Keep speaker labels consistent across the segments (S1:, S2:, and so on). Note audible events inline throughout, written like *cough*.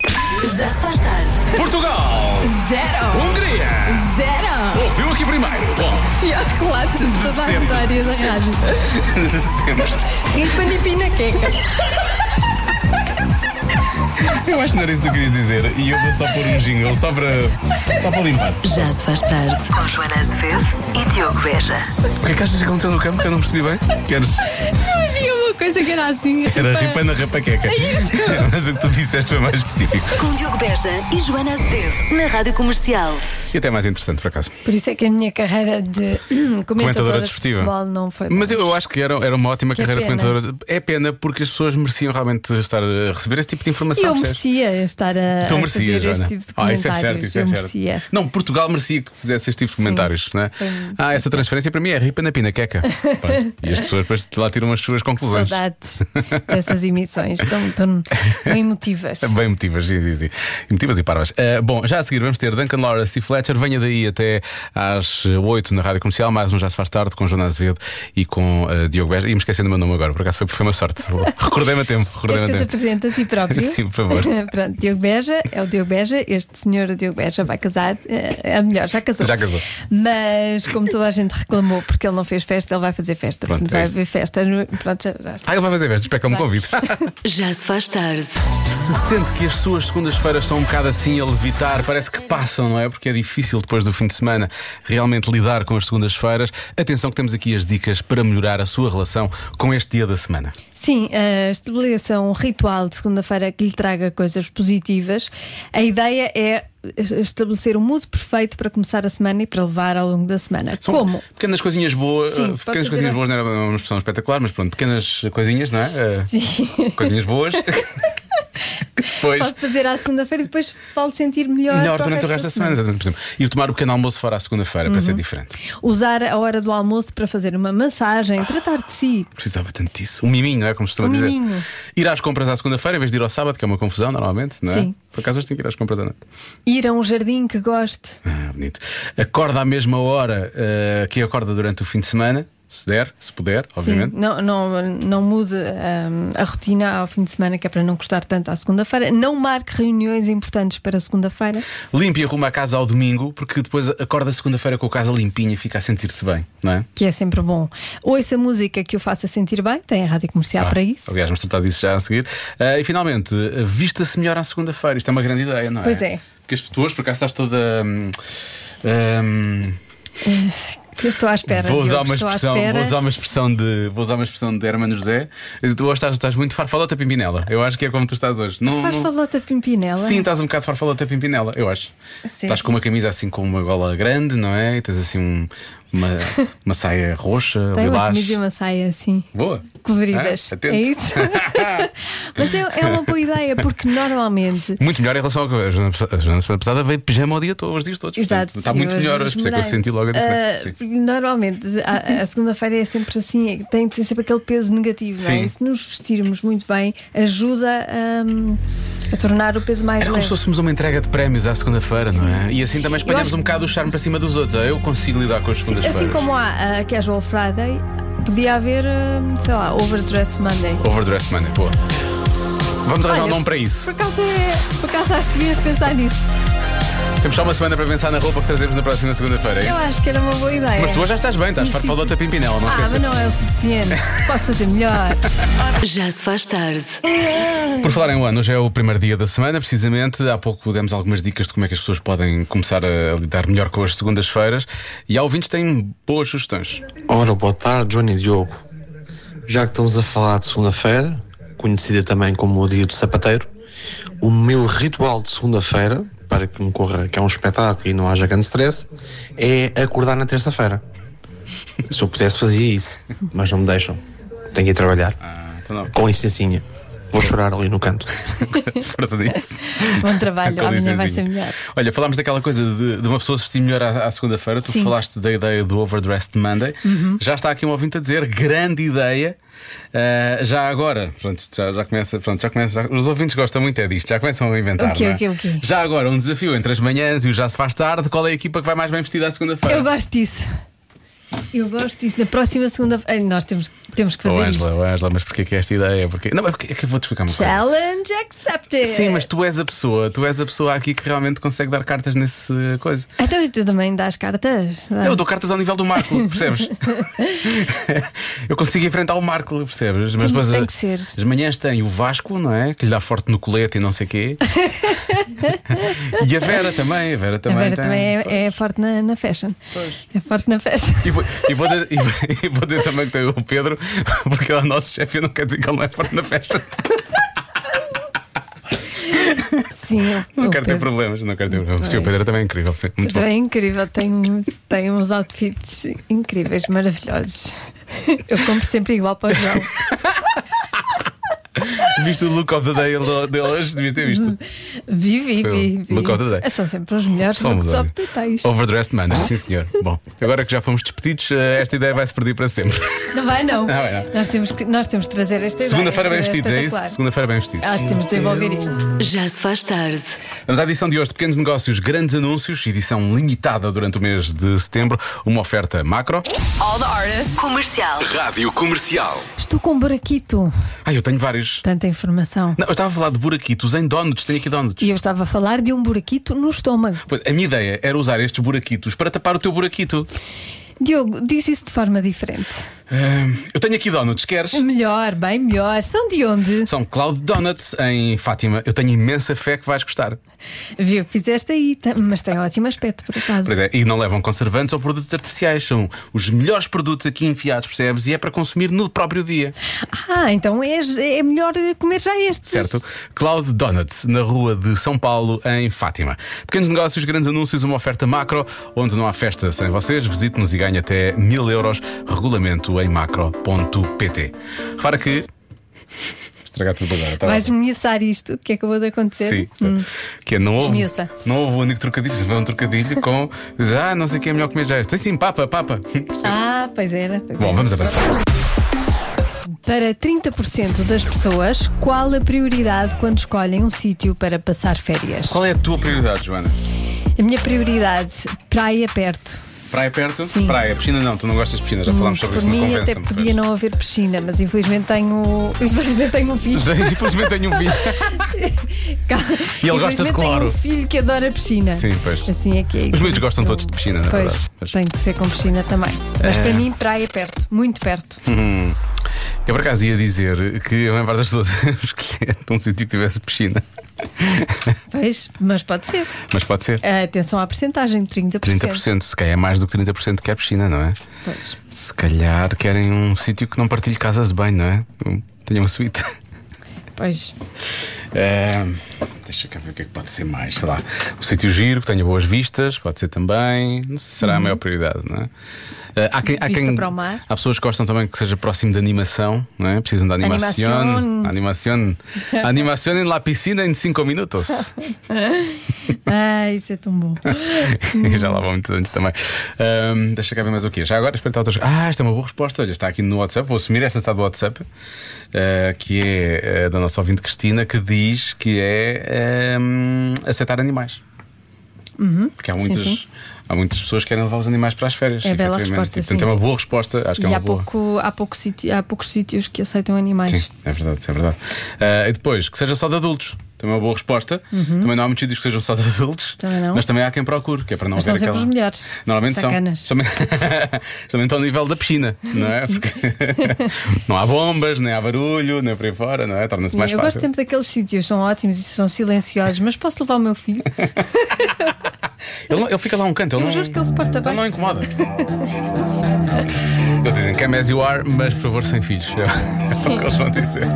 S1: Já se faz tarde.
S2: Portugal,
S1: Zero.
S2: Hungria.
S1: Zero.
S2: Ouviu aqui primeiro. Bom,
S1: Pior relato de toda a
S2: Sempre.
S1: história da rádio.
S2: sempre.
S1: Ripa e pinaqueca.
S2: Eu acho que não era isso que eu queria dizer. E eu vou só pôr um jingle, só para, só para limpar.
S1: Já se faz tarde.
S3: Com Joana Azevedo e Diogo Veja.
S2: O que é que achas que aconteceu no campo que eu não percebi bem? Queres?
S1: Não havia uma coisa que era assim.
S2: Era ripa na rapaqueca.
S1: É
S2: *laughs* Mas o que tu disseste foi mais específico.
S3: Com Diogo Beja e Joana Azevedo na Rádio Comercial.
S2: E até mais interessante, por acaso.
S1: Por isso é que a minha carreira de *clears throat*
S2: Comentadora
S1: comentadora de
S2: desportiva.
S1: futebol não foi
S2: Mas
S1: longe.
S2: eu, eu acho que era, era uma ótima
S1: Que
S2: carreira de
S1: pena.
S2: comentadora. É pena porque as pessoas mereciam realmente estar a receber esse tipo de informação.
S1: Eu
S2: percebes?
S1: merecia estar a,
S2: Tu
S1: a
S2: merecias,
S1: fazer
S2: Joana.
S1: este tipo de comentários.
S2: Ah, isso é certo, isso é
S1: eu
S2: certo.
S1: merecia.
S2: Não, Portugal merecia que tu fizesse este tipo de comentários, não é?
S1: Foi muito
S2: Ah, essa transferência para mim é ripa
S1: *laughs*
S2: na pinaqueca. Pronto. e as pessoas depois de lá tiram as suas conclusões.
S1: Saudades dessas emissões tão, tão, tão
S2: *laughs*
S1: emotivas.
S2: É Bem motivas, sim, sim, sim. Emotivas e parvas. Ah, bom, já a seguir vamos ter Duncan Lawrence e Fletcher. Venha daí até às 8 na rádio comercial. Mais um Já Se Faz Tarde com Jonas Azevedo e com ah, Diogo Beja. E me esquecendo do meu nome agora, por acaso foi, foi uma sorte. *laughs* Recordei-me a tempo.
S1: Queres
S2: Recordei-me
S1: que eu te
S2: a tempo.
S1: apresente a ti próprio?
S2: *laughs* Sim, por favor.
S1: *laughs* Pronto, Diogo Beja é o Diogo Beja. Este senhor Diogo Beja vai casar. É é melhor, já casou.
S2: Já casou.
S1: Mas como toda a gente reclamou porque ele não fez festa, ele vai fazer festa.
S2: Pronto,
S1: Portanto,
S2: é
S1: vai
S2: isto.
S1: haver festa. no- Pronto, já, já está.
S2: Ah, ele vai fazer vestes, espero que ele me convide.
S3: Já se faz tarde.
S2: Se sente que as suas segundas-feiras são um bocado assim a levitar, parece que passam, não é? Porque é difícil depois do fim de semana realmente lidar com as segundas-feiras. Atenção que temos aqui as dicas para melhorar a sua relação com este dia da semana.
S1: Sim, eh, estabeleça um ritual de segunda-feira que lhe traga coisas positivas. A ideia é es- estabelecer um mood perfeito para começar a semana e para levar ao longo da semana.
S2: São
S1: Como?
S2: Pequenas coisinhas boas,
S1: Sim,
S2: eh,
S1: posso
S2: pequenas
S1: dizer-
S2: coisinhas boas não era uma expressão espetacular, mas pronto, pequenas coisinhas, não é? Eh,
S1: Sim. *laughs*
S2: Coisinhas boas. Que depois.
S1: Pode fazer à segunda-feira e depois pode sentir melhor,
S2: Melhor
S1: para
S2: durante o resto da semana, exatamente. Por exemplo, ir tomar o pequeno almoço fora à segunda-feira para
S1: Uhum.
S2: ser diferente.
S1: Usar a hora do almoço para fazer uma massagem, tratar de si.
S2: Precisava tanto disso. Um miminho, não é? Como se costuma
S1: Um
S2: dizer.
S1: miminho.
S2: Ir às compras à segunda-feira em vez de ir ao sábado, que é uma confusão normalmente, não é?
S1: Sim.
S2: Por acaso hoje tenho que ir às compras à noite.
S1: Ir a um jardim que goste.
S2: Ah, bonito. Acorda à mesma hora eh, que acorda durante o fim de semana, se der, se puder,
S1: Sim,
S2: obviamente.
S1: não, não, não mude hum, a rotina ao fim de semana, que é para não custar tanto à segunda-feira. Não marque reuniões importantes para segunda-feira.
S2: Limpa e arruma a casa ao domingo, porque depois acorda segunda-feira com a casa limpinha e fica a sentir-se bem, não é?
S1: que é sempre bom. Ouça música que o faça sentir bem, tem a rádio
S2: Ah,
S1: comercial para isso.
S2: Aliás, vamos tratar disso já a seguir. Ah, e finalmente, ah, vista-se melhor à segunda-feira. Isto é uma grande ideia, não é?
S1: Pois é.
S2: Porque as pessoas, por acaso, estás toda. hum, hum,
S1: *laughs* Eu estou à espera.
S2: vou,
S1: Diogo,
S2: usar uma
S1: estou à
S2: expressão,
S1: espera.
S2: vou usar uma expressão de vou usar uma expressão de Hermano José. Tu hoje estás, estás muito farfalota pimpinela. Eu acho que é como tu estás hoje. Não,
S1: Faz
S2: não-
S1: falota pimpinela.
S2: Sim, estás um bocado farfalota pimpinela, eu acho.
S1: Sim.
S2: Estás com uma camisa assim com uma gola grande, não é? E tens assim um-
S1: *laughs*
S2: uma, uma saia roxa,
S1: tem uma
S2: lilás.
S1: camisa e uma saia assim.
S2: Boa.
S1: Coloridas.
S2: Ah, atento.
S1: é isso? Mas é, é uma boa ideia, porque normalmente.
S2: *laughs* Muito melhor em relação ao que a Joana, a Joana semana passada veio de pijama ao dia todo, os dias todos.
S1: Exato.
S2: Portanto, Está
S1: sim,
S2: muito
S1: eu
S2: melhor hoje, por isso é que eu
S1: esmerei.
S2: senti logo a
S1: Ah,
S2: diferença. Sim.
S1: porque Normalmente, a, a segunda-feira é sempre assim, é que tem, tem sempre aquele peso negativo, não é?
S2: Sim.
S1: E se nos vestirmos muito bem, ajuda hum, a tornar o peso mais
S2: Era como se
S1: leve.
S2: fôssemos uma entrega de prémios à segunda-feira, não é? E assim também espalhamos
S1: acho-
S2: um bocado o charme para cima dos outros. Ah, Eu consigo lidar com as segundas-feiras.
S1: Assim como há a Casual Friday, podia haver, hum, sei lá, Overdress Monday.
S2: Overdressed Money, boa. Vamos arranjar um
S1: Olha,
S2: nome para isso.
S1: Por acaso, é, por acaso acho que devias pensar nisso.
S2: Temos só uma semana para pensar na roupa que trazemos na próxima segunda-feira, é
S1: Eu
S2: isso?
S1: acho que era uma boa ideia.
S2: Mas tu hoje já estás bem, estás
S1: Sim, sim,
S2: farfalota pimpinela, não
S1: Ah,
S2: esqueças.
S1: mas não é o suficiente. Posso fazer
S2: *laughs*
S1: melhor.
S3: Já se faz tarde.
S2: Por falar em ano, hoje é o primeiro dia da semana, precisamente. Há pouco demos algumas dicas de como é que as pessoas podem começar a lidar melhor com as segundas-feiras. E há ouvintes que têm boas sugestões.
S4: Ora, boa tarde, Johnny e Diogo. Já que estamos a falar de segunda-feira, conhecida também como o Dia do Sapateiro, o meu ritual de segunda-feira, para que me corra que é um espetáculo e não haja grande stress, é acordar na terça-feira. Se eu pudesse, fazia isso, mas não me deixam. Tenho que ir trabalhar.
S2: Ah, então não. *laughs*
S4: Com licencinha. Vou chorar ali no canto.
S2: Força disso.
S1: Bom trabalho,
S2: Com
S1: amanhã vai ser
S2: licencinha.
S1: melhor.
S2: Olha, falámos daquela coisa de, de uma pessoa se vestir melhor à, à segunda-feira. Tu
S1: Sim. Uhum.
S2: falaste da ideia do Overdressed Monday. Já está aqui um ouvinte a dizer, grande ideia. Ah, já agora, pronto, isto já, já começa, pronto, já começa. já- os ouvintes gostam muito é disto, já começam a inventar.
S1: O quê,
S2: não é?
S1: o quê, o quê?
S2: Já agora, um desafio entre as manhãs e o já se faz tarde. Qual é a equipa que vai mais bem vestida à segunda-feira?
S1: Eu gosto disso. Eu gosto disso. Na próxima segunda. Ai, Nós temos, temos que
S2: Oh,
S1: fazer
S2: Angela,
S1: isto.
S2: oh, Angela, mas porquê que é esta ideia? Porquê? Não, mas porquê- é que eu vou-te explicar uma coisa.
S1: Challenge accepted.
S2: Sim, mas tu és a pessoa, tu és a pessoa aqui que realmente consegue dar cartas nesse eh, coisa.
S1: Então e tu também dás cartas? Dá.
S2: Eu dou cartas ao nível do Marco,
S1: *laughs*
S2: percebes? eu consigo enfrentar o Marco, percebes? Mas
S1: Sim,
S2: depois
S1: tem
S2: a-
S1: que ser.
S2: as manhãs tem o Vasco, não é? Que lhe dá forte no colete e não
S1: *laughs*
S2: sei quê. e a Vera também, a Vera
S1: A
S2: também.
S1: Vera
S2: tem.
S1: também é, é forte na, na fashion. É forte na
S2: *laughs*
S1: fashion.
S2: E vou, e, vou dizer, e vou- e vou dizer também que tem o Pedro, porque ele é o nosso chefe e eu não quero dizer que ele não é forte na festa.
S1: Sim, é
S2: Não
S1: o
S2: quero ter
S1: Pedro
S2: problemas, não quero ter problemas. Sim, o
S1: Pois.
S2: Pedro também é incrível, sim, muito bom.
S1: É incrível, tem, tem uns outfits incríveis, maravilhosos. Eu compro sempre igual para o João.
S2: Viste o look of the day dele hoje? Devias ter visto.
S1: Vi, vi, vi. vi. Ah,
S2: Look of the day.
S1: São sempre os melhores
S2: Só
S1: looks
S2: mudar.
S1: of the days.
S2: Overdressed man,
S1: *laughs*
S2: sim senhor. Bom, agora que já fomos despedidos, eh, esta ideia vai se perder para sempre.
S1: Não vai, não.
S2: vai, não.
S1: Nós, temos que, nós temos que trazer esta ideia.
S2: Segunda-feira bem
S1: Esta ideia
S2: vestidos, é isso?
S1: espetacular.
S2: Segunda-feira bem vestidos.
S1: Acho que temos de desenvolver isto.
S3: Já se faz tarde.
S2: Vamos à edição de hoje de Pequenos Negócios, Grandes Anúncios, edição limitada durante o mês de setembro, uma oferta macro.
S3: All the artists. Comercial.
S5: Rádio Comercial.
S1: Estou com um buraquito.
S2: Ah, eu tenho vários.
S1: Tanta informação.
S2: Não, eu estava a falar de buraquitos em donuts, tenho aqui donuts.
S1: E eu estava a falar de um buraquito no estômago.
S2: Pois, A minha ideia era usar estes buraquitos para tapar o teu buraquito.
S1: Diogo, diz isso de forma diferente.
S2: Ah, eu tenho aqui donuts, queres?
S1: Melhor, bem melhor. São de onde?
S2: São Cloud Donuts em Fátima. Eu tenho imensa fé que vais gostar.
S1: Viu que fizeste aí, tam- mas tem ótimo aspecto, por acaso.
S2: Pois é, e não levam conservantes ou produtos artificiais. São os melhores produtos aqui enfiados, percebes? E é para consumir no próprio dia.
S1: Ah, então é, é melhor eh, comer já estes.
S2: Certo? Cloud Donuts, na rua de São Paulo, em Fátima. Pequenos negócios, grandes anúncios, uma oferta macro, onde não há festa sem vocês. Visite-nos e ganhe até mil euros. Regulamento em macro.pt. Repara que. Estragar tudo agora, tá?
S1: Vais esmiuçar isto que acabou de acontecer?
S2: Sim, sim. que é, não houve,
S1: Esmiuça.
S2: não houve o único trocadilho, se vai um trocadilho com diz, ah, não sei o que é melhor comer já este. Sim, sim, papa, papa. *laughs*
S1: Ah, pois era. pois
S2: Bom,
S1: era.
S2: vamos avançar.
S1: Para 30% das pessoas, qual a prioridade quando escolhem um sítio para passar férias?
S2: Qual é a tua prioridade, Joana?
S1: A minha prioridade, praia perto.
S2: Praia perto?
S1: Sim.
S2: Praia, piscina não, tu não gostas de piscina, já falámos sobre
S1: Hum, Por
S2: isso, não
S1: mim até
S2: convença
S1: podia não haver piscina, mas infelizmente tenho, *laughs* infelizmente tenho um filho.
S2: Infelizmente tenho um filho. *laughs* E ele gosta de
S1: Infelizmente
S2: cloro.
S1: Tenho um filho que adora piscina.
S2: Sim, pois.
S1: Assim é que é.
S2: Os miúdos gostam
S1: Isso-
S2: todos de piscina, na
S1: pois,
S2: verdade. Mas- É.
S1: Tem que ser com piscina também. Mas para mim, praia é perto, muito perto.
S2: Hum. Eu por acaso ia dizer que eu lembro das pessoas *laughs* escolher um sítio que tivesse piscina. *laughs*
S1: Pois, mas pode ser.
S2: Mas pode ser.
S1: Ah, Atenção à percentagem, 30%.
S2: 30%, se calhar é mais do que 30% que é piscina, não é?
S1: Pois.
S2: Se calhar querem um sítio que não partilhe casas de banho, não é? Tenha uma suíte.
S1: Pois.
S2: É, deixa cá ver o que é que pode ser mais. Sei lá, um sítio giro, que tenha boas vistas, pode ser também. Não sei se será a maior prioridade, não é? É, há, quem, há,
S1: Uhum. Vista
S2: quem-
S1: para o mar.
S2: há pessoas que gostam também que seja próximo de animação, não é? Precisam de animação.
S1: Animación.
S2: Animação.
S1: *laughs*
S2: Animação em la piscina em 5 minutos.
S1: Ai, isso é tão
S2: *laughs*
S1: bom.
S2: E *laughs* já lá vão muitos anos também. Ahm, deixa cá ver mais o quê? Já agora espreitar outras. Ah, esta é uma boa resposta. Olha, está aqui no WhatsApp. Vou assumir esta está do WhatsApp, ah, que é ah, da nossa ouvinte Cristina, que diz que é ahm, aceitar animais. Porque há muitas,
S1: Uhum. sim.
S2: há muitas pessoas que querem levar os animais para as férias.
S1: É bela
S2: efetivamente.
S1: resposta,
S2: E, Portanto,
S1: sim.
S2: é uma boa resposta. Acho que é
S1: E
S2: uma
S1: há,
S2: boa.
S1: pouco, há, pouco sítio, há poucos sítios que aceitam animais.
S2: Sim, é verdade, é verdade. Ah, e depois, que seja só de adultos. Também é uma boa resposta. Também não há muitos sítios que sejam só de adultos.
S1: Uhum. Também não.
S2: Mas também há quem procure, que é para não
S1: Mas são
S2: haver
S1: sempre
S2: aquela.
S1: os melhores.
S2: Normalmente
S1: Sacanas.
S2: são. *laughs* Também, também estão ao nível da piscina, não
S1: *laughs*
S2: é? Porque não há bombas, nem há barulho, nem por aí fora, não é? Torna-se
S1: Sim,
S2: mais
S1: eu
S2: fácil.
S1: gosto sempre daqueles sítios, são ótimos e são silenciosos, mas posso levar o meu filho?
S2: Ele, não- ele fica lá um canto, ele
S1: Eu
S2: não,
S1: juro que ele se porta bem.
S2: ele não incomoda. Eles dizem come as you are, mas por favor sem filhos. *laughs* É o que eles vão dizer.
S1: *laughs*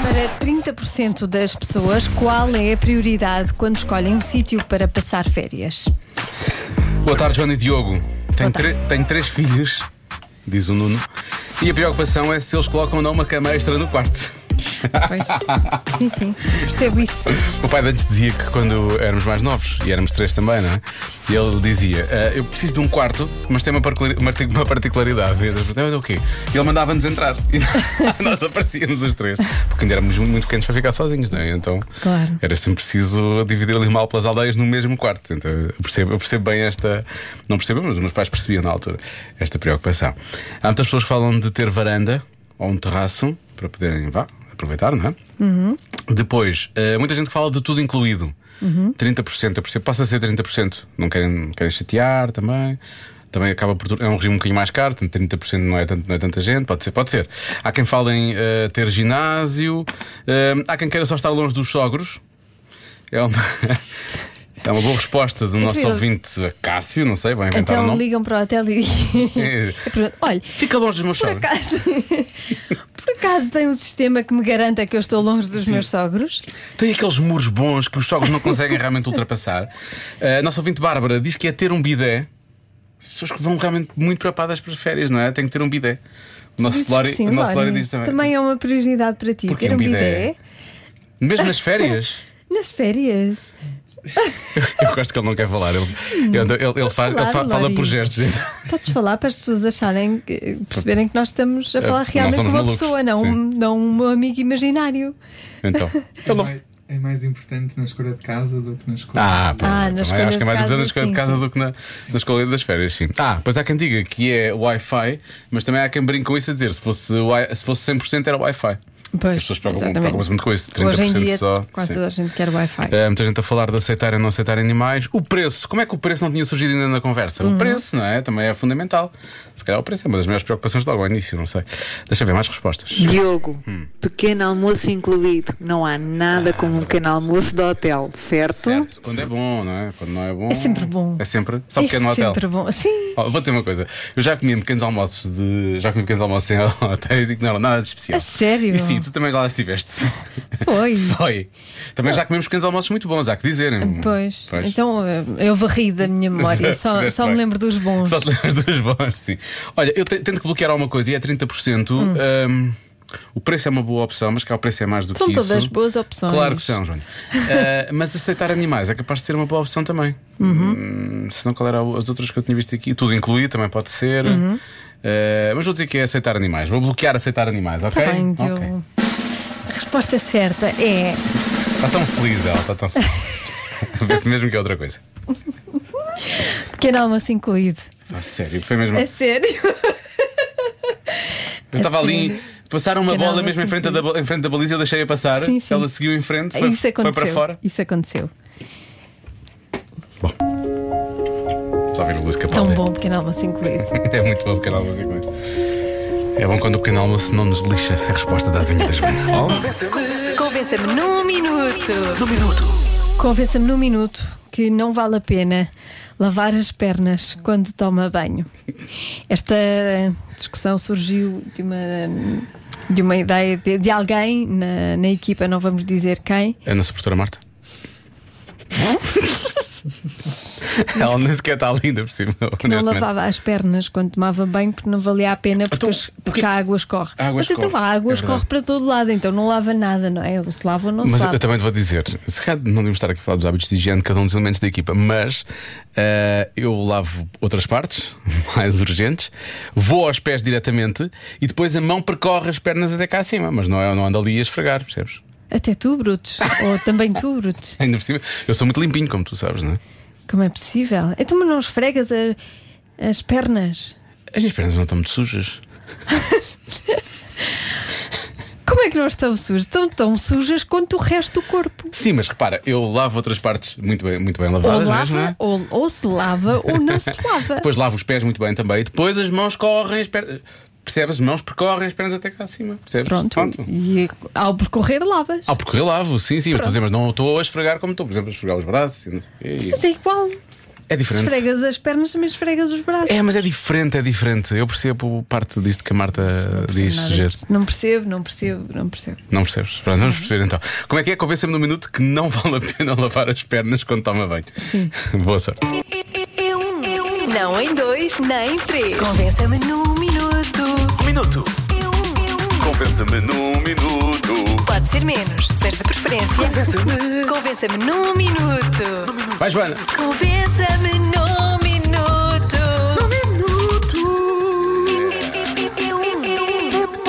S1: Para 30% das pessoas, qual é a prioridade quando escolhem um sítio para passar férias?
S2: Boa tarde, Joana e Diogo. Tenho, tre- tenho três filhos, diz o Nuno, e a preocupação é se eles colocam ou não uma cama extra no quarto.
S1: Pois.
S2: *laughs*
S1: Sim, sim. Percebo isso.
S2: O pai antes dizia que quando éramos mais novos, e éramos três também, não é? E ele dizia: "Ah, Eu preciso de um quarto, mas tem uma particula- uma arti- uma particularidade. E eu perguntei, "Mas o quê? E ele mandava-nos entrar. *laughs* E nós aparecíamos os três. Porque ainda éramos muito pequenos para ficar sozinhos, não é? Então
S1: Claro.
S2: era sempre preciso dividir ali mal pelas aldeias no mesmo quarto. Então eu percebo, eu percebo bem esta. Não percebo, mas os meus pais percebiam na altura esta preocupação. Há muitas pessoas que falam de ter varanda ou um terraço para poderem vá, aproveitar, não é? Depois, eh, muita gente fala de tudo incluído.
S1: Uhum.
S2: 30%, eu percebo, passa a ser 30%. Não querem, não querem chatear também. Também acaba por. É um regime um bocadinho mais caro, portanto, 30% não é, tanto, não é tanta gente, pode ser, pode ser. Há quem fale em eh, ter ginásio, eh, há quem queira só estar longe dos sogros. É uma, *laughs* é uma boa resposta do nosso
S1: Então,
S2: ouvinte Cássio, não sei, vai inventar o
S1: Então
S2: nome.
S1: ligam para o hotel
S2: *laughs*
S1: e.
S2: É.
S1: e perguntam, Olha,
S2: Fica longe dos meus
S1: por
S2: sogros.
S1: acaso. *laughs* Por acaso tem um sistema que me garanta que eu estou longe dos meus sogros?
S2: Tem aqueles muros bons que os sogros não conseguem realmente ultrapassar. *laughs* A nossa ouvinte Bárbara diz que é ter um bidé. As pessoas que vão realmente muito preocupadas para as férias, não é? Tem que ter um bidé.
S1: Dizes
S2: O nosso
S1: que
S2: Lori,
S1: sim,
S2: o nosso
S1: Lóni.
S2: Lori diz também.
S1: Também é uma prioridade para ti.
S2: Porque
S1: Ter
S2: um
S1: um
S2: bidé.
S1: bidé
S2: Mesmo nas férias.
S1: nas férias.
S2: *laughs* Eu gosto que ele não quer falar. Ele, ele, ele- ele fa- ele fa-
S1: falar,
S2: fala
S1: Lori.
S2: por gestos.
S1: Podes falar para as pessoas acharem, que- perceberem que nós estamos a falar
S2: não
S1: realmente com
S2: É, somos
S1: uma
S2: malucos,
S1: pessoa, não,
S2: sim.
S1: um- não um meu amigo imaginário.
S2: Então.
S5: É
S2: ele não-
S5: mais, é mais importante na escolha de casa do que na escolha.
S2: Ah, pronto.
S1: Ah, na
S2: também
S1: escolha
S2: acho que é
S1: de
S2: mais importante
S1: casa,
S2: na escolha de
S1: sim,
S2: casa
S1: sim.
S2: do que na, na escolha das férias, sim. Ah, pois há quem diga que é Wi-Fi, mas também há quem brinque com isso a dizer se fosse, wi- se fosse 100% era Wi-Fi.
S1: Pois,
S2: As pessoas preocupam-
S1: exatamente.
S2: preocupam-se muito com isso, 30%
S1: Hoje em dia,
S2: só,
S1: Quase
S2: sim. É,
S1: toda a gente quer Wi-Fi.
S2: Há Eh, muita gente a falar de aceitar e não aceitar animais. O preço, como é que o preço não tinha surgido ainda na conversa?
S1: Uhum.
S2: O preço, não é? Também é fundamental. Se calhar o preço é uma das maiores preocupações logo ao início, não sei. Deixa eu ver mais respostas.
S6: Diogo, pequeno almoço incluído. Não há nada como um pequeno almoço do hotel, certo?
S2: Certo, quando é bom, não é? Quando não é bom.
S1: É sempre bom.
S2: É sempre. Só porque é
S1: é
S2: no hotel.
S1: sempre bom. Sim,
S2: Oh, vou ter uma coisa. Eu já comia pequenos almoços de. Já comi pequenos almoços em *laughs* hotéis e que não era nada de especial.
S1: A sério?
S2: E sim, tu também já lá estiveste. *laughs*
S1: foi.
S2: Foi. Também já comemos pequenos almoços muito bons, há que dizerem.
S1: Pois. então eh, eu varri da minha
S2: *laughs*
S1: memória, só,
S2: Fizeste
S1: só me
S2: bem.
S1: lembro dos bons.
S2: Só te lembras dos bons, sim. Olha, eu te- tento bloquear alguma coisa e é 30%.
S1: Hum.
S2: Ahm, hum, o preço é uma boa opção, mas cá o preço é mais do
S1: São
S2: que isso.
S1: todas boas opções.
S2: Claro que
S1: *laughs*
S2: são, João. mas aceitar animais é capaz de ser uma boa opção também.
S1: Uhum.
S2: Hum, se não, qual era as outras que eu tinha visto aqui? Tudo incluído também pode ser.
S1: Uhum.
S2: Ah, mas vou dizer que é aceitar animais. Vou bloquear aceitar animais, ok?
S1: Está Tá bem,
S2: Ok.
S1: Diogo. A resposta certa é.
S2: Está Tá tão feliz ela,
S1: *laughs*
S2: está tão feliz. Vê-se mesmo que é outra coisa.
S1: Pequeno almoço incluído.
S2: Ah, sério, foi mesmo.
S1: É sério?
S2: Eu estava ali, passaram uma
S1: Canal
S2: bola mesmo em
S1: assim.
S2: frente, da, ba- em frente da baliza, eu deixei-a passar.
S1: Sim, sim.
S2: Ela seguiu em frente, foi,
S1: Isso
S2: foi
S1: aconteceu.
S2: para fora.
S1: Isso aconteceu.
S2: Só ver o Luís
S1: Tão
S2: Capaldi.
S1: bom, pequeno almoço incluído.
S2: *laughs* É muito bom o pequeno almoço igual. É bom quando o pequeno almoço não nos lixa a resposta da adivinha da Joana. *laughs*
S3: Convença-me num minuto.
S1: Convença-me num minuto que não vale a pena lavar as pernas quando toma banho. Esta discussão surgiu de uma, de uma ideia de, de alguém na, na equipa, não vamos dizer quem.
S2: É a nossa professora Marta?
S1: *laughs*
S2: Ela nem sequer está linda por cima.
S1: Que não lavava as pernas quando tomava banho porque não valia a pena porque,
S2: Então,
S1: as-
S2: porquê-
S1: porque a água escorre.
S2: A água
S1: Mas então
S2: escorre,
S1: a água
S2: é
S1: escorre
S2: verdade.
S1: para todo lado, então não lava nada, não é? Ou se lava ou não
S2: Mas
S1: se
S2: eu
S1: lava.
S2: também te vou dizer, se calhar não devíamos estar aqui a falar dos hábitos de higiene de cada um dos elementos da equipa, mas eh, eu lavo outras partes, *laughs* mais urgentes, vou aos pés diretamente e depois a mão percorre as pernas até cá acima, mas não, é, não ando ali a esfregar, percebes? *laughs*
S1: Até tu, Brutos. Ou também tu, Brutos.
S2: Ainda por cima, eu sou muito limpinho, como tu sabes, não é?
S1: Como é possível? Então, mas não esfregas a- as pernas?
S2: As minhas pernas não estão muito sujas.
S1: Como é que não estão sujas? Estão tão sujas quanto o resto do corpo.
S2: Sim, mas repara, eu lavo outras partes muito bem, muito bem
S1: Ou
S2: lavadas, mesmo, não
S1: lava,
S2: é?
S1: ou, ou se lava, ou não se lava.
S2: *laughs* Depois lavo os pés muito bem também, e depois as mãos correm, as pernas. Percebes? As mãos percorrem as pernas até cá acima. Percebes?
S1: Pronto. E ao percorrer, lavas.
S2: Ah, porque eu lavo, sim, sim, eu estou a dizer, mas não estou a esfregar como estou, por exemplo, a esfregar os braços. e não sei o quê.
S1: Mas é igual.
S2: É
S1: Se
S2: diferente.
S1: esfregas as pernas, também esfregas os braços.
S2: É, mas é diferente, é diferente. Eu percebo parte disto que a Marta diz,
S1: Nada
S2: Ger.
S1: disso. Não percebo, não percebo, não percebo.
S2: Não percebes? Pronto,
S1: Uhum.
S2: vamos perceber então. Como é que é? Convença-me no minuto que não vale a pena *laughs* lavar as pernas quando toma banho.
S1: Sim.
S2: *laughs* Boa sorte.
S3: Não em dois, nem em três. Convença-me num minuto. Um minuto.
S7: Convença-me num minuto.
S3: Pode ser menos, mas de preferência.
S7: Convença-me.
S3: Convença-me num minuto.
S2: Vai, Joana.
S3: Convença-me num minuto. Num minuto.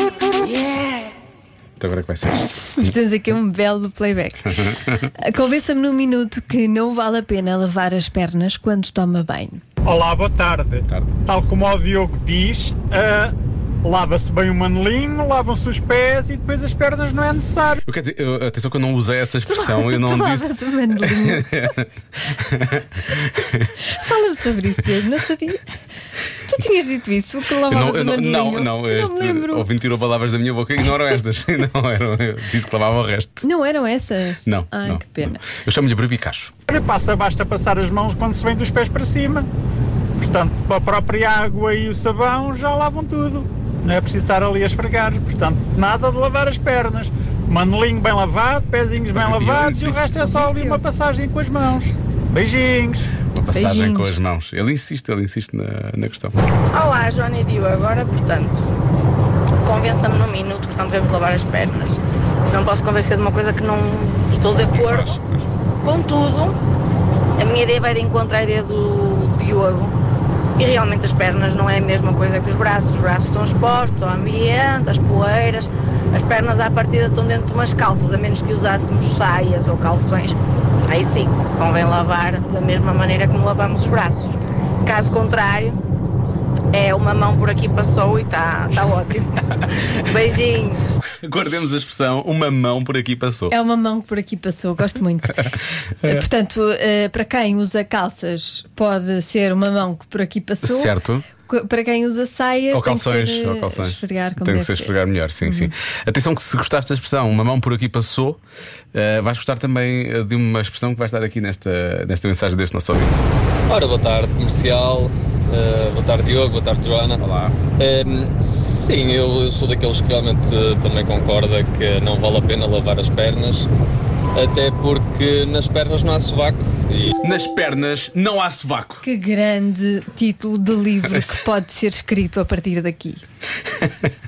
S2: Então agora é que vai ser.
S1: Temos aqui um belo playback.
S7: *laughs*
S1: Convença-me num minuto que não vale a pena lavar as pernas quando toma banho.
S8: Olá, boa tarde.
S2: Tarde.
S8: Tal como o Diogo diz, ah, lava-se bem o manelinho, lavam-se os pés e depois as pernas não é necessário.
S2: Eu quero dizer, eu- atenção que eu não usei essa expressão, Então, eu não
S1: *laughs* Tu
S2: disse.
S1: lavas o
S2: *laughs*
S1: mandelinho. Fala-me sobre isso, Diego. Não sabia. Tu tinhas dito isso, que
S2: Eu
S1: lavavas
S2: eu
S1: o mandelinho.
S2: não, não,
S1: Eu
S2: este
S1: não me lembro.
S2: ouvinte tirou palavras da minha boca e não eram estas. *laughs* não, eram, eu disse que lavava o resto.
S1: Não eram essas?
S2: Não.
S1: Ai,
S2: não,
S1: que pena.
S2: não. Eu chamo-lhe Brebicacho.
S8: Olha, Passa, basta passar as mãos quando se vem dos pés para cima. Portanto, a própria água e o sabão já lavam tudo. Não é preciso estar ali a esfregar. Portanto, nada de lavar as pernas. Manelinho bem lavado, pezinhos bem
S2: Eu
S8: lavados e o
S2: insisto,
S8: resto é só ali uma passagem com as mãos. Beijinhos.
S2: Uma passagem
S1: Beijinhos.
S2: com as mãos. Ele insiste, ele insiste na, na questão. *laughs*
S9: Olá, Joana e Dio. Agora, portanto, convença-me num minuto que não devemos lavar as pernas. Não posso convencer de uma coisa que não estou de acordo. Contudo, a minha ideia vai de encontro à ideia do Diogo. E realmente as pernas não é a mesma coisa que os braços. Os braços estão expostos ao ambiente, às poeiras. As pernas à partida estão dentro de umas calças, a menos que usássemos saias ou calções. Aí sim, convém lavar da mesma maneira como lavamos os braços. Caso contrário, é uma mão por aqui passou e está
S2: *laughs*
S9: tá ótimo. Beijinhos.
S2: Guardemos a expressão, uma mão por aqui passou.
S1: É uma mão que por aqui passou, gosto muito.
S2: *laughs*
S1: Eh, Portanto, eh, para quem usa calças, pode ser uma mão que por aqui passou.
S2: Certo.
S1: Co- Para quem usa saias,
S2: Ou calções,
S1: tem que ser, eh,
S2: ou calções.
S1: esfregar como
S2: Tem
S1: deve
S2: que
S1: Uhum.
S2: ser esfregar melhor, sim, sim. Atenção que se gostaste da expressão, uma mão por aqui passou, eh, vais gostar também eh, de uma expressão que vai estar aqui nesta, nesta mensagem deste nosso ouvinte.
S10: Ora, boa tarde, comercial. Uh, boa tarde, Diogo. Boa tarde, Joana.
S2: Olá.
S10: Um, sim, eu, eu sou daqueles que realmente uh, também concorda que não vale a pena lavar as pernas, até porque nas pernas não há sovaco e
S2: Nas pernas não há sovaco.
S1: Que grande título de livro
S2: *laughs*
S1: que pode ser escrito a partir daqui.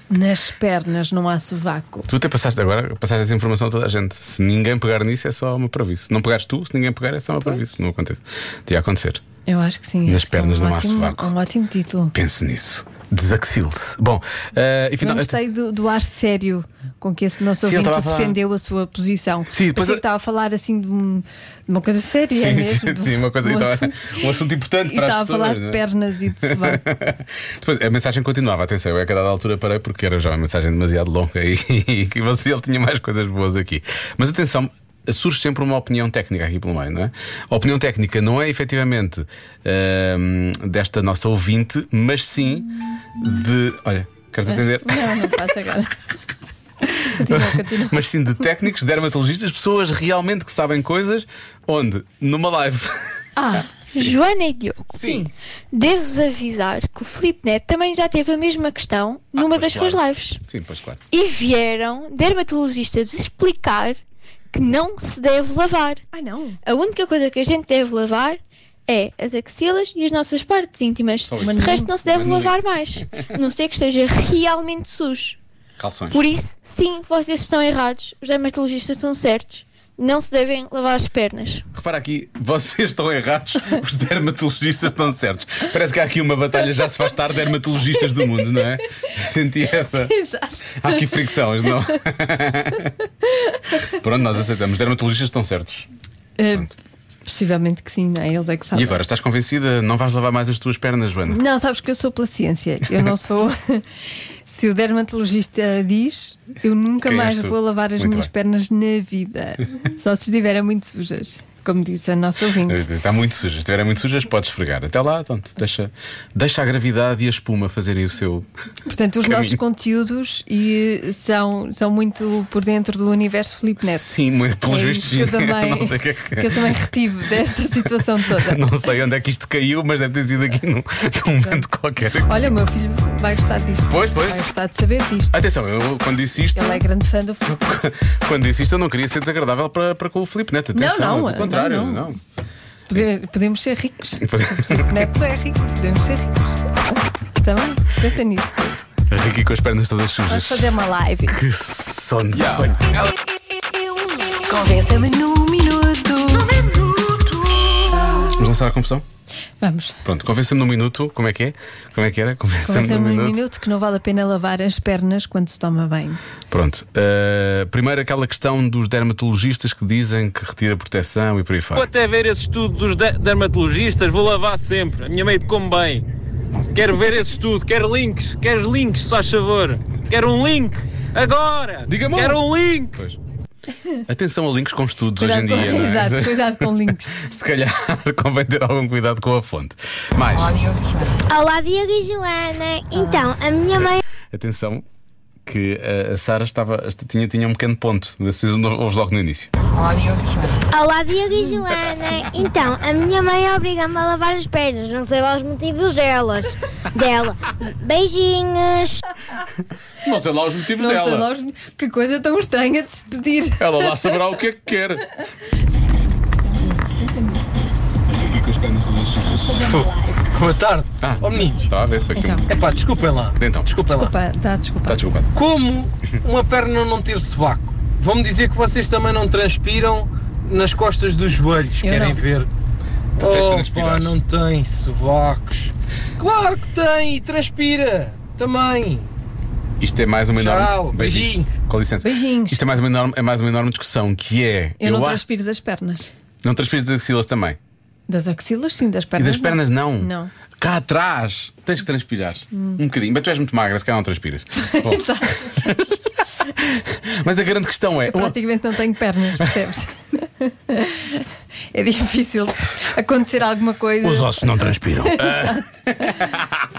S1: Nas pernas não há sovaco.
S2: Tu até passaste agora, passaste essa informação a toda a gente. Se ninguém pegar nisso, é só uma previso. Se não pegares tu, se ninguém pegar, é só uma previso. Não acontece. Te ia acontecer.
S1: Eu acho que sim.
S2: Nas
S1: acho que é
S2: pernas
S1: um
S2: não há
S1: ótimo-
S2: sovaco.
S1: Um ótimo título.
S2: Pense nisso. Desaxile-se. Bom, eh, enfim,
S1: Não
S2: não-
S1: gostei do, do ar sério com que esse nosso
S2: Sim, eu
S1: ouvinte
S2: estava a falar.
S1: defendeu a sua posição.
S2: Sim, depois
S1: Parecia
S2: eu-
S1: que estava a falar assim de, um- de uma coisa séria
S2: Sim,
S1: é mesmo.
S2: *laughs* sim, uma coisa
S1: Um
S2: então, *laughs*
S1: assunto-
S2: um assunto importante
S1: E
S2: para as
S1: estava a falar
S2: pessoas, não
S1: de
S2: é?
S1: pernas e de sovaco.
S2: *laughs* Depois, a mensagem continuava, atenção, eu é que a dada altura parei porque era já uma mensagem demasiado longa e, *laughs* e que você ele tinha mais coisas boas aqui. Mas atenção, surge sempre uma opinião técnica aqui pelo meio, não é? A opinião técnica não é efetivamente ahm, desta nossa ouvinte, mas sim de. Olha,
S1: *laughs*
S2: queres atender?
S1: não, não faço agora. Continua, continua.
S2: *laughs* Mas sim de técnicos, dermatologistas, pessoas realmente que sabem coisas, onde? Numa live.
S1: Ah,
S11: Joana e Diogo,
S2: Sim.
S11: devo-vos avisar que o Filipe Neto também já teve a mesma questão numa
S2: pois
S11: das
S2: Ah, claro.
S11: suas lives.
S2: Sim, pois claro.
S11: E vieram dermatologistas explicar que não se deve lavar.
S1: ai não.
S11: A única coisa que a gente deve lavar é as axilas e as nossas partes íntimas.
S2: isso.
S11: De resto, não se deve
S2: Manulinho.
S11: lavar mais. A não ser que esteja realmente sujo.
S2: Calções.
S11: Por isso, sim, vocês estão errados. Os dermatologistas estão certos. Não se devem lavar as pernas.
S2: Repara aqui, *laughs* vocês estão errados, os dermatologistas estão certos. Parece que há aqui uma batalha, já se faz tarde, dermatologistas do mundo, não é? Senti essa.
S1: *laughs* Exato.
S2: Há aqui fricções, não? *laughs* Pronto, nós aceitamos. Dermatologistas estão certos.
S1: Eh, possivelmente que sim, não é? Eles é que
S2: E
S1: sabem.
S2: agora, estás convencida? Não vais lavar mais as tuas pernas, Joana?
S1: Não, sabes que eu sou pela ciência. Eu não
S2: *laughs*
S1: sou. Se o dermatologista diz, eu nunca
S2: Quem és
S1: mais
S2: tu?
S1: vou lavar as
S2: Muito
S1: minhas
S2: bem.
S1: pernas na vida. Só se estiverem muito sujas, como disse a nossa ouvinte.
S2: Eh, Está muito sujas. Se estiverem muito sujas, podes esfregar. Até lá, pronto, deixa, deixa a gravidade e a espuma fazerem o seu.
S1: Portanto, os
S2: Caminho.
S1: nossos conteúdos e, eh, são, são muito por dentro do universo Felipe Neto.
S2: Sim, muito *laughs* pelos
S1: É
S2: vistos.
S1: isso que eu
S2: sim.
S1: também,
S2: não sei o que é que.
S1: que eu também retive desta situação toda.
S2: Não sei onde é que isto caiu, mas deve ter sido aqui num, num momento qualquer.
S1: Olha, o meu filho vai gostar disto.
S2: Pois, pois.
S1: Vai gostar de saber disto.
S2: Atenção, eu quando disse isto,
S1: Ele é grande fã do Felipe.
S2: *laughs* quando disse isto, eu não queria ser desagradável para, para com o Filipe Neto.
S1: Não,
S2: Atenção,
S1: não,
S2: pelo contrário,
S1: não,
S2: não.
S1: não.
S2: É.
S1: Pode- Podemos ser ricos.
S2: Pois-
S1: é Neto é rico, podemos ser ricos. Também, Tá pensa nisso.
S2: Ricky com as pernas todas
S1: Vamos
S2: sujas.
S1: fazer uma live.
S2: Que sono, que
S1: Yeah.
S2: sonho.
S1: Convença-me num minuto.
S2: Vamos lançar a confusão?
S1: Vamos.
S2: Pronto, convença-me num minuto. Como é que é? Como é que era? Convença-me num
S1: Convença-me num
S2: minuto.
S1: um minuto que não vale a pena lavar as pernas quando se toma banho.
S2: Pronto. Uh, primeiro, aquela questão dos dermatologistas que dizem que retira proteção e por aí
S12: Vou
S2: fora.
S12: até ver esse estudo dos de- dermatologistas, vou lavar sempre. A minha mãe come bem. Quero ver esse estudo, quero links, quero links, só a favor. Quero um link, agora!
S2: Diga-me um.
S12: Quero um link!
S2: Pois. Atenção a links com estudos
S1: Cuidado
S2: hoje em
S1: com,
S2: dia. não
S1: *laughs*
S2: é? *laughs*
S1: exato, cuidado com links.
S2: Se calhar *laughs* convém ter algum cuidado com a fonte. Mais,
S13: Olá, Diogo e Joana. Então, a minha mãe.
S2: atenção, que uh, a Sara estava, est- tinha, tinha um pequeno ponto. Vocês não- Ouves logo no início.
S13: Olá, Diogo e Joana. Então, a minha mãe obriga-me a lavar as pernas. Não sei lá os motivos delas. Dela. Beijinhos.
S2: Não sei lá os motivos
S1: Não sei
S2: dela.
S1: lá os- Que coisa tão estranha de se pedir.
S2: Ela lá saberá o que é que quer.
S12: Boa tarde. Ah, oh, meninos.
S2: Está Tá a ver, foi aqui.
S1: Então.
S12: Epá, desculpem lá.
S2: Então,
S12: desculpem lá.
S1: Desculpa, dá desculpa.
S2: Está desculpado.
S12: Como uma perna não ter sovaco? Vão-me dizer que vocês também não transpiram nas costas dos joelhos,
S14: Eu
S12: querem
S14: não.
S12: ver?
S14: Tu tens de
S12: Opa,
S14: transpirar.
S12: não tem sovacos. Claro que tem, e transpira também.
S2: Isto é mais uma enorme.
S12: Tchau,
S2: Beijinhos. Com licença. Beijinhos. Isto é mais uma enorme, é mais uma enorme discussão que é.
S1: Eu, não
S2: acho-
S1: transpiro das pernas.
S2: Não transpiras das axilas também.
S1: Das axilas, sim, das pernas.
S2: e
S1: *laughs*
S2: das pernas não.
S1: Não.
S2: Cá atrás tens que transpirar.
S1: Hum.
S2: Um bocadinho. Mas tu és muito magra, se calhar não transpiras. Bom,
S1: Exato.
S2: mas a grande questão é.
S1: Eu praticamente não tenho pernas, percebes? *laughs* é difícil acontecer alguma coisa.
S2: Os ossos não
S1: *laughs*
S2: transpiram.
S1: Exato.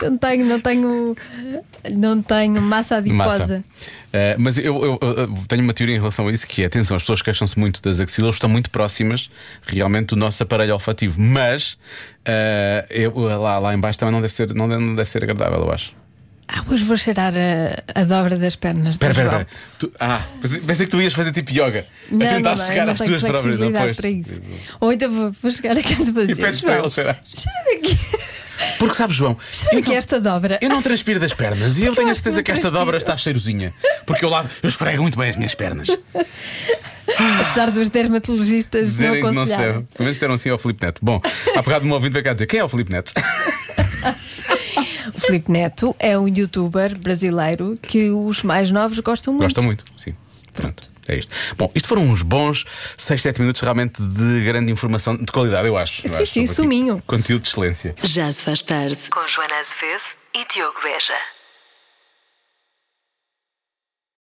S1: não tenho, não tenho, não tenho massa adiposa.
S2: Massa. Eh, mas eu, eu- eu- eu tenho uma teoria em relação a isso que é, atenção, as pessoas queixam-se muito das axilas, estão muito próximas realmente do nosso aparelho olfativo, mas eh, eu- lá, lá em baixo também não deve, ser, não, deve, não deve ser agradável, eu acho.
S1: Ah, hoje vou cheirar a, a dobra das pernas. do
S2: Espera, espera,
S1: João.
S2: espera. Tu- Ah, pensei, pensei que tu ias fazer tipo yoga,
S1: Não,
S2: a tentar
S1: não, não, eu
S2: chegar
S1: não
S2: às
S1: tenho
S2: tuas próprias. Não,
S1: flexibilidade
S2: pois.
S1: para isso. Ou então vou, vou chegar a casa para
S2: E
S1: dizer.
S2: pedes para
S1: João,
S2: ele cheirar.
S1: *laughs* cheira aqui,
S2: Porque sabes, João, então
S1: cheira aqui esta dobra.
S2: eu não transpiro das pernas e eu
S1: Porque eu
S2: tenho a
S1: acho que
S2: certeza
S1: não
S2: que esta
S1: transpiro.
S2: dobra está cheirosinha. Porque eu lá eu esfrego muito bem as minhas pernas.
S1: Apesar dos dermatologistas não
S2: Dizerem que não se deve.
S1: aconselharem.
S2: Pelo menos disseram assim ao Filipe Neto. Bom, há bocado um ouvinte veio cá dizer: quem é o Filipe Neto?
S1: O Filipe Neto é um youtuber brasileiro que os mais novos gostam muito.
S2: Gosta muito, sim. Pronto. É isto. Bom, isto foram uns bons 6, 7 minutos realmente de grande informação, de qualidade, eu acho. Eu
S1: Sim,
S2: acho.
S1: sim,
S2: Houve aqui
S1: suminho.
S2: Conteúdo de excelência.
S3: Já se faz tarde com Joana Azevedo e Diogo Beja.